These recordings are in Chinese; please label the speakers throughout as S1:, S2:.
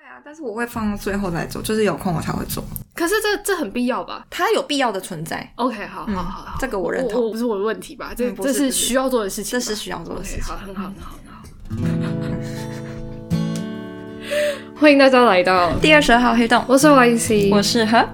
S1: 啊，但是我会放到最后再做，就是有空我才会做。
S2: 可是这这很必要吧
S1: 它有必要的存在，
S2: ？OK，好好好好，
S1: 嗯这个我认同
S2: 我我不是我的问题吧？这
S1: 嗯不
S2: 这
S1: 是
S2: 是
S1: 不是
S2: 需要做的事情
S1: 这
S2: 吧，
S1: 是需要做的事
S2: OK，好，
S1: 情。
S2: 很好，很好，很好。 欢迎大家来到，
S1: 第二十二号黑洞，
S2: 我是 YC，
S1: 我是呵，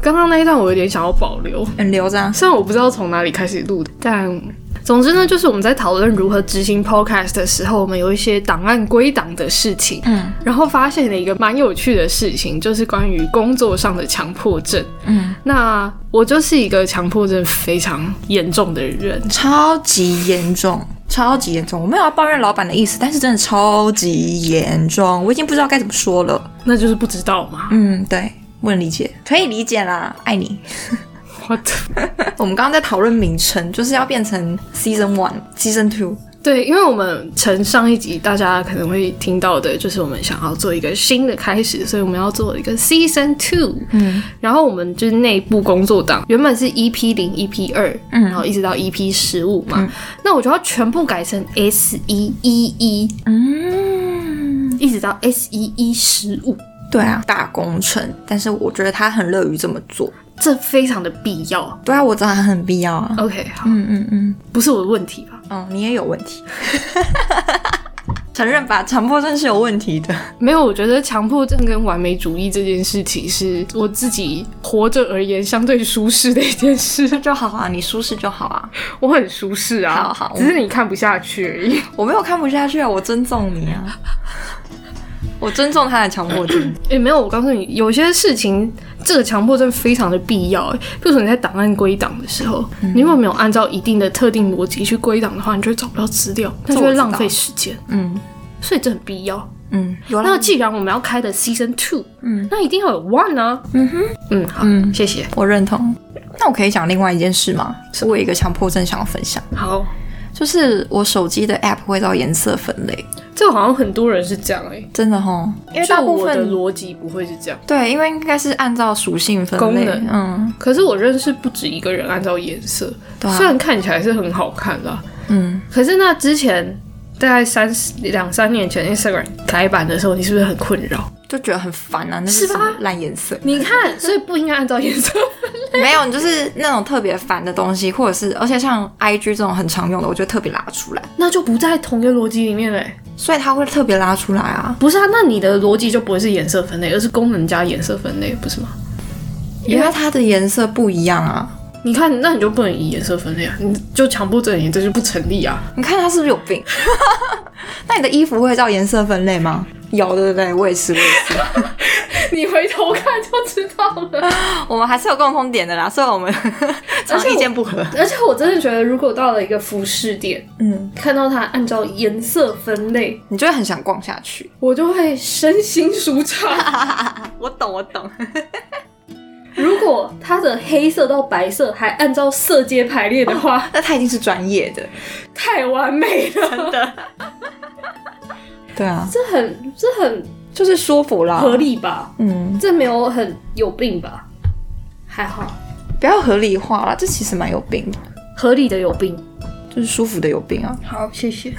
S2: 刚刚那一段我有点想要保留，
S1: 嗯，留着啊。
S2: 虽然我不知道从哪里开始录的，但总之呢，就是我们在讨论如何执行 podcast 的时候，我们有一些档案归档的事情，
S1: 嗯
S2: 然后发现了一个蛮有趣的事情，就是关于工作上的强迫症。
S1: 嗯，
S2: 那我就是一个强迫症非常严重的人，
S1: 超级严重，超级严重。我没有要抱怨老板的意思，但是真的超级严重，我已经不知道该怎么说了。
S2: 那就是不知道嘛。
S1: 嗯，对，不能理解，可以理解啦，爱你。
S2: What？
S1: 我们刚刚在讨论名称，就是要变成 season one、season two。
S2: 对，因为我们从上一集大家可能会听到的，就是我们想要做一个新的开始，所以我们要做一个 season two。
S1: 嗯，
S2: 然后我们就是内部工作档，原本是 EP 零、EP 二，嗯，然后一直到 EP 十五
S1: 嗯
S2: 嘛，那我就要全部改成 S 一一一，
S1: 嗯，
S2: 一直到 S 一一十五，
S1: 对啊，大工程，但是我觉得他很乐于这么做。
S2: 这非常的必要。
S1: 对啊，我知道他很必要啊。
S2: OK，好，
S1: 嗯嗯嗯，
S2: 不是我的问题吧？啊
S1: 哦，你也有问题， 承认吧，强迫症是有问题的。
S2: 没有，我觉得强迫症跟完美主义这件事情是我自己活着而言相对舒适的一件事，
S1: 就好啊，你舒适就好啊。
S2: 我很舒适啊，
S1: 好好
S2: 只是你看不下去而 已。
S1: 我没有看不下去啊，我尊重你啊，我尊重他的强迫症。
S2: 也、没有，我告诉你，有些事情这个强迫症非常的必要、欸。比如说你在档案归档的时候，你如果没有按照一定的特定逻辑去归档的话，你就会找不到资料，那
S1: 这
S2: 就
S1: 我
S2: 会
S1: 知道
S2: 浪费时间。
S1: 嗯
S2: 所以这很必要。
S1: 嗯，有
S2: 那
S1: 啦，
S2: 既然我们要开的 Season Two，
S1: 嗯，
S2: 那一定要有 One 啊。嗯哼，嗯，好，
S1: 嗯
S2: 谢谢。
S1: 我认同。那我可以讲另外一件事吗？是我有一个强迫症想要分享，
S2: 好，
S1: 就是我手机的 App 会到颜色分类，
S2: 这个好像很多人是这样哎、
S1: 真的吼，因为大
S2: 就
S1: 部
S2: 我的
S1: 分
S2: 逻辑不会是这样，
S1: 对，因为应该是按照属性分类，
S2: 功能
S1: 嗯
S2: 可是我认识不止一个人按照颜色，
S1: 对啊
S2: 虽然看起来是很好看啦，
S1: 嗯，
S2: 可是那之前大概三十两三年前 Instagram 改版的时候，你是不是很困扰？
S1: 就觉得很烦啊，那
S2: 是
S1: 是什
S2: 吧
S1: 么烂颜色？
S2: 你看，所以不应该按照颜色。
S1: 没有，就是那种特别烦的东西，或者是而且像 I G 这种很常用的，我就特别拉出来，
S2: 那就不在同一个逻辑里面嘞、
S1: 所以它会特别拉出来啊。
S2: 不是啊，那你的逻辑就不会是颜色分类，而是功能加颜色分类，不是吗？
S1: 因为它的颜色不一样啊。
S2: 你看，那你就不能以颜色分类啊，你就强迫症，你这就不成立啊。
S1: 你看它是不是有病？ 那你的衣服会照颜色分类吗？有，对不对？我也是，我也是。
S2: 你回头看就知道了。
S1: 我们还是有共通点的啦，虽然我们 常意见不合。
S2: 而且我真的觉得，如果到了一个服饰店，
S1: 嗯，
S2: 看到它按照颜色分类，
S1: 你就会很想逛下去。
S2: 我就会身心舒畅。
S1: 我懂，我懂。
S2: 如果它的黑色到白色还按照色阶排列的话，
S1: 那他一定是专业的，
S2: 太完美了，
S1: 的。对啊，
S2: 这很这很
S1: 就是舒服啦。
S2: 合。理吧？
S1: 嗯，
S2: 这没有很有病吧？还好，
S1: 不要合理化啦，这其实蛮有病的，
S2: 合理的有病。
S1: 就是舒服的有病啊。
S2: 好，谢谢。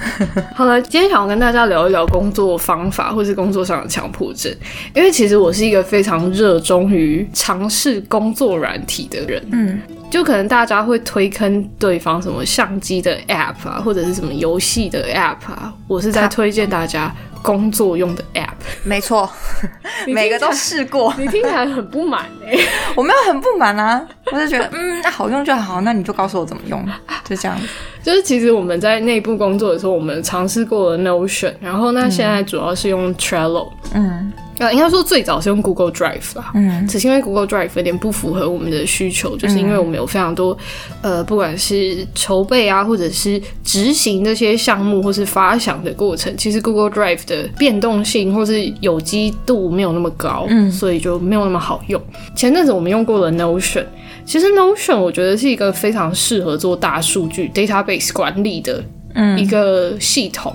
S2: 好了，今天想要跟大家聊一聊工作方法，或是工作上的强迫症，因为其实我是一个非常热衷于尝试工作软体的人。
S1: 嗯，
S2: 就可能大家会推坑对方什么相机的 app 啊，或者是什么游戏的 app 啊，我是在推荐大家工作用的 app。
S1: 没错，每个都试过。
S2: 你听起来很不满哎、
S1: 我没有很不满啊，我就觉得嗯，那好用就好，那你就告诉我怎么用，就这样。
S2: 就是其实我们在内部工作的时候，我们尝试过了 Notion，然后那现在主要是用 Trello，
S1: 嗯
S2: 呃、应该说最早是用 Google Drive 啦。
S1: 嗯
S2: 只是因为 Google Drive 有点不符合我们的需求，就是因为我们有非常多，呃，不管是筹备啊，或者是执行这些项目，或是发想的过程，其实 Google Drive 的变动性或是有机度没有那么高，
S1: 嗯
S2: 所以就没有那么好用。前阵子我们用过了 Notion，其实 Notion 我觉得是一个非常适合做大数据 database 管理的一
S1: 嗯
S2: 个系统，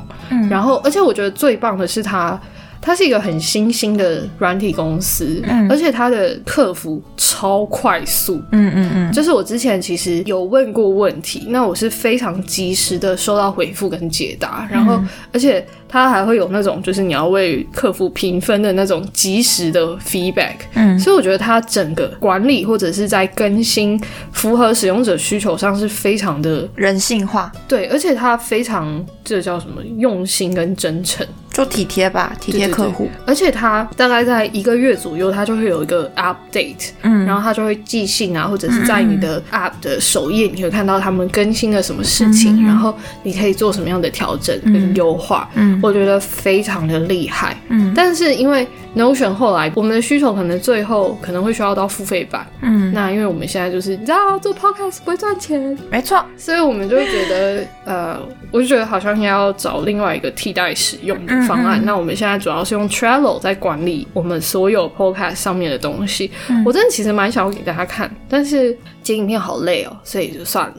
S2: 然后而且我觉得最棒的是它。它是一个很新兴的软体公司，而且它的客服超快速。
S1: 嗯嗯嗯，
S2: 就是我之前其实有问过问题，那我是非常及时的收到回复跟解答，
S1: 嗯
S2: 然后、而且它还会有那种就是你要为客服评分的那种及时的 feedback，
S1: 嗯
S2: 所以我觉得它整个管理或者是在更新符合使用者需求上是非常的
S1: 人性化，
S2: 对，而且它非常这叫什么用心跟真诚。
S1: 就体贴吧，体贴客户。
S2: 而且它大概在一个月左右，它就会有一个 update，
S1: 嗯
S2: 然后它就会寄信啊，或者是在你的 app 的首页，你会看到他们更新了什么事
S1: 嗯
S2: 情，然后你可以做什么样的调整跟优化。
S1: 嗯
S2: 我觉得非常的厉害。
S1: 嗯
S2: 但是因为 Notion 后来我们的需求可能最后可能会需要到付费版，
S1: 嗯，
S2: 那因为我们现在就是你知道做 podcast 不会赚钱，
S1: 没错，
S2: 所以我们就会觉得，呃，我就觉得好像要找另外一个替代使用的方案。那我们现在主要是用 Trello 在管理我们所有 Podcast 上面的东西。我真的其实蛮想要给大家看，但是剪影片好累哦，所以就算了。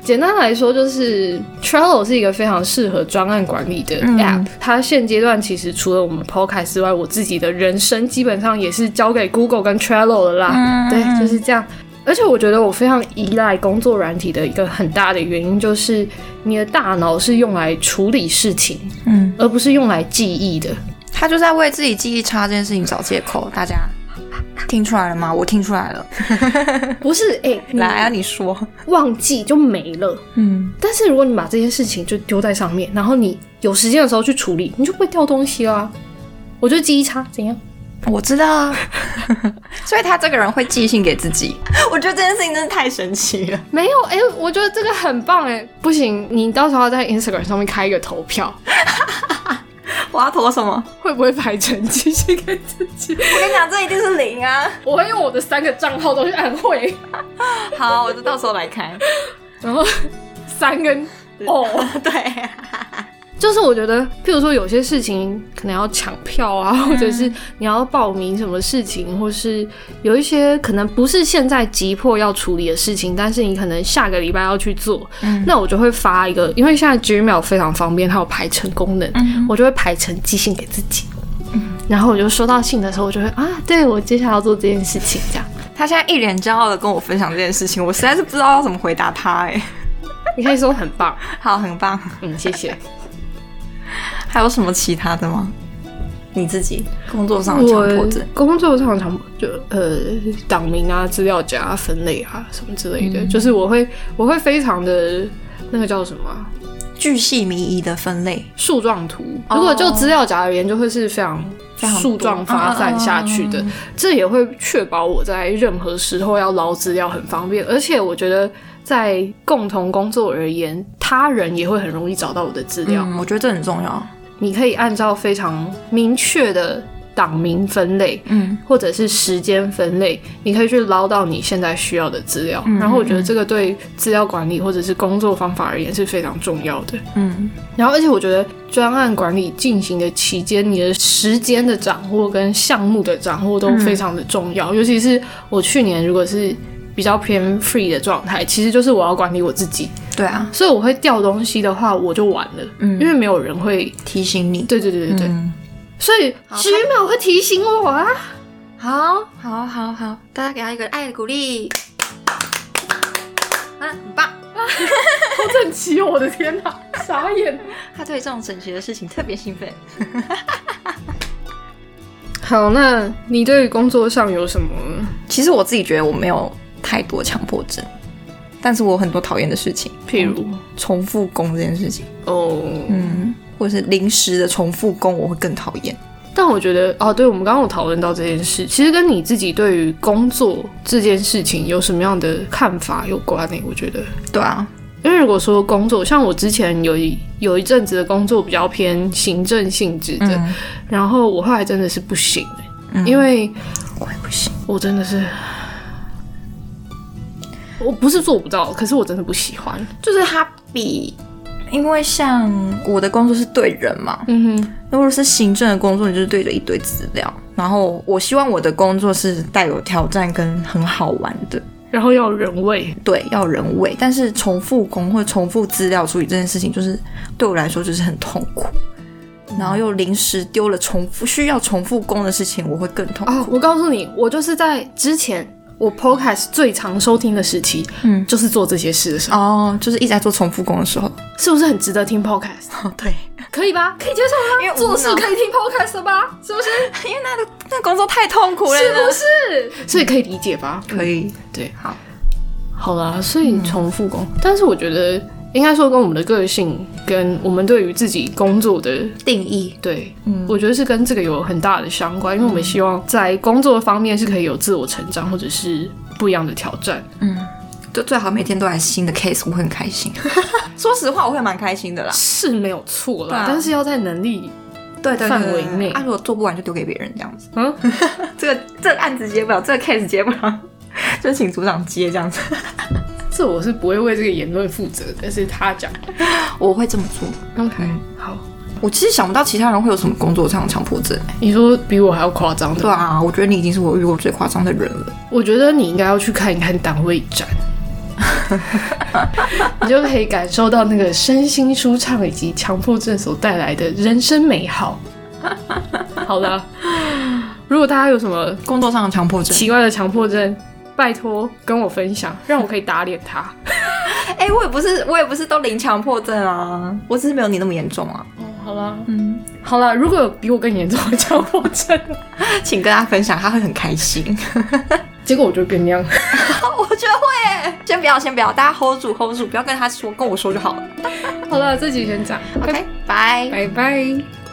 S2: 简单来说，就是 Trello 是一个非常适合专案管理的 App、它现阶段其实除了我们 Podcast 之外，我自己的人生基本上也是交给 Google 跟 Trello 了啦。对，就是这样。而且我觉得我非常依赖工作软体的一个很大的原因，就是你的大脑是用来处理事情，
S1: 嗯，
S2: 而不是用来记忆的。
S1: 他就在为自己记忆差这件事情找借口。大家听出来了吗？我听出来了。
S2: 不是，哎、你
S1: 来啊，你说。
S2: 忘记就没了。
S1: 嗯
S2: 但是如果你把这件事情就丢在上面，然后你有时间的时候去处理，你就不会掉东西啦。我就记忆差，怎样？，
S1: 我知道 啊。所以他这个人会寄信给自己。我觉得这件事情真是太神奇了。
S2: 没有，哎、我觉得这个很棒，哎，不行，你到时候要在 Instagram 上面开一个投票，
S1: 我要投什么？
S2: 会不会排成绩是给自己？
S1: 我跟你讲，这一定是零啊。
S2: 我会用我的三个账号都去安慰。
S1: 好，我就到时候来开。
S2: 然后三跟哦，
S1: 对、
S2: 就是我觉得，譬如说有些事情可能要抢票啊，或者是你要报名什么事情，或是有一些可能不是现在急迫要处理的事情，但是你可能下个礼拜要去做，那我就会发一个，因为现在 Gmail 非常方便，它有排程功能，我就会排成寄信给自己。然后我就收到信的时候，我就会啊，对我接下来要做这件事情，这样
S1: 他现在一脸骄傲的跟我分享这件事情，我实在是不知道要怎么回答他、哎，
S2: 你可以说很棒，
S1: 好，很棒。
S2: 嗯，谢谢。
S1: 还有什么其他的吗？你自己工作上的强迫
S2: 我
S1: 症，
S2: 工作上的强迫就呃党名啊、资料夹、啊、分类啊什么之类
S1: 嗯
S2: 的，就是我会我会非常的那个叫什么啊
S1: 巨细靡遗的分类，
S2: 树状图。
S1: 哦
S2: 如果就资料夹而言，就会是非常。
S1: 非常多嗯
S2: 树状发散下去的，这也会确保我在任何时候要捞资料很方便。而且我觉得，在共同工作而言，他人也会很容易找到我的资料。
S1: 嗯，我觉得这很重要。
S2: 你可以按照非常明确的党名分类，
S1: 嗯，
S2: 或者是时间分类，你可以去捞到你现在需要的资料。
S1: 嗯
S2: 然后我觉得这个对资料管理或者是工作方法而言是非常重要的。
S1: 嗯，
S2: 然后而且我觉得专案管理进行的期间，你的时间的掌握跟项目的掌握都非常的重要，
S1: 嗯
S2: 尤其是我去年如果是。比较偏 free 的状态，其实就是我要管理我自己，
S1: 对啊，
S2: 所以我会掉东西的话，我就完了，
S1: 嗯
S2: 因为没有人会
S1: 提醒你。
S2: 对对对对对，
S1: 嗯
S2: 所以直秒会提醒我啊。
S1: 好，好，好，好，大家给他一个爱的鼓励。啊，很棒！
S2: 正奇，我的天哪， 傻眼。
S1: 他对这种神奇的事情特别兴奋。
S2: 好，那你对工作上有什么？
S1: 其实我自己觉得我没有太多强迫症，但是我有很多讨厌的事情，
S2: 譬如
S1: 重复工这件事情，
S2: 哦，
S1: 嗯，或者是临时的重复工，我会更讨厌。
S2: 但我觉得哦，对，我们刚刚有讨论到这件事，其实跟你自己对于工作这件事情有什么样的看法有关欸呢、我觉得，
S1: 对啊，
S2: 因为如果说工作，像我之前有一有一阵子的工作比较偏行政性质的，
S1: 嗯
S2: 然后我后来真的是不行、欸因为
S1: 我也不行。
S2: 我真的是， 我不是做不到，可是我真的不喜欢。
S1: 就是它比，因为像我的工作是对人嘛，
S2: 嗯哼，
S1: 如果是行政的工作，你就是对着一堆资料。然后我希望我的工作是带有挑战跟很好玩的，
S2: 然后要有人味，
S1: 对，要人味。但是重复工或重复资料处理这件事情，就是对我来说就是很痛苦。然后又临时丢了重复需要重复工的事情，我会更痛
S2: 啊！
S1: 苦。
S2: 我告诉你，我就是在之前我 podcast 最常收听的时期，嗯，就是做这些事的时候，
S1: 哦，就是一直在做重复工的时候，
S2: 是不是很值得听 podcast？
S1: 哦，对，
S2: 可以吧？可以接受吗？
S1: 因为无
S2: 做事
S1: 脑
S2: 可以听 podcast 了吧？是不是？
S1: 因为那个那个工作太痛苦了，
S2: 是不是？嗯所以可以理解吧？
S1: 可以，
S2: 对，
S1: 好，
S2: 好啦，所以重复工，但是我觉得应该说跟我们的个性跟我们对于自己工作的
S1: 定义，
S2: 对，我觉得是跟这个有很大的相关，因为我们希望在工作方面是可以有自我成长，或者是不一样的挑战。
S1: 就最好每天都来新的 case，我会很开心。 说实话，我会蛮开心的啦。
S2: 是没有错啦，
S1: 对啊
S2: 但是要在能力
S1: 对对对
S2: 范
S1: 对
S2: 围
S1: 对
S2: 内
S1: 啊，如果做不完就丢给别人这样子。
S2: 嗯，
S1: 这个这个案子接不了，这个 case 接不了， 就请组长接这样子。
S2: 这我是不会为这个言论负责，但是他讲嗯
S1: 我会这么做。
S2: ，OK，、好，
S1: 我其实想不到其他人会有什么工作上的强迫症、
S2: 你说比我还要夸张
S1: 对
S2: 的，
S1: 啊，我觉得你已经是我遇过最夸张的人了。
S2: 我觉得你应该要去看一看档位 展。你就可以感受到那个身心舒畅以及强迫症所带来的人生美 好。好啦，如果大家有什么
S1: 工作上的强迫症，
S2: 奇怪的强迫症，拜托跟我分享，让我可以打脸他。
S1: 哎、我也不是，我也不是都零强迫症啊，我只是没有你那么严重啊。
S2: 嗯，好啦，嗯，好啦，如果有比我更严重的强迫症，
S1: 请跟他分享，他会很开心。
S2: 结果我就变那样。
S1: 我觉得会耶，先不要，先不要，大家 hold 住，hold 住，不要跟他说，跟我说就好了。
S2: 好了，这集先这样，
S1: OK，拜。
S2: 拜拜。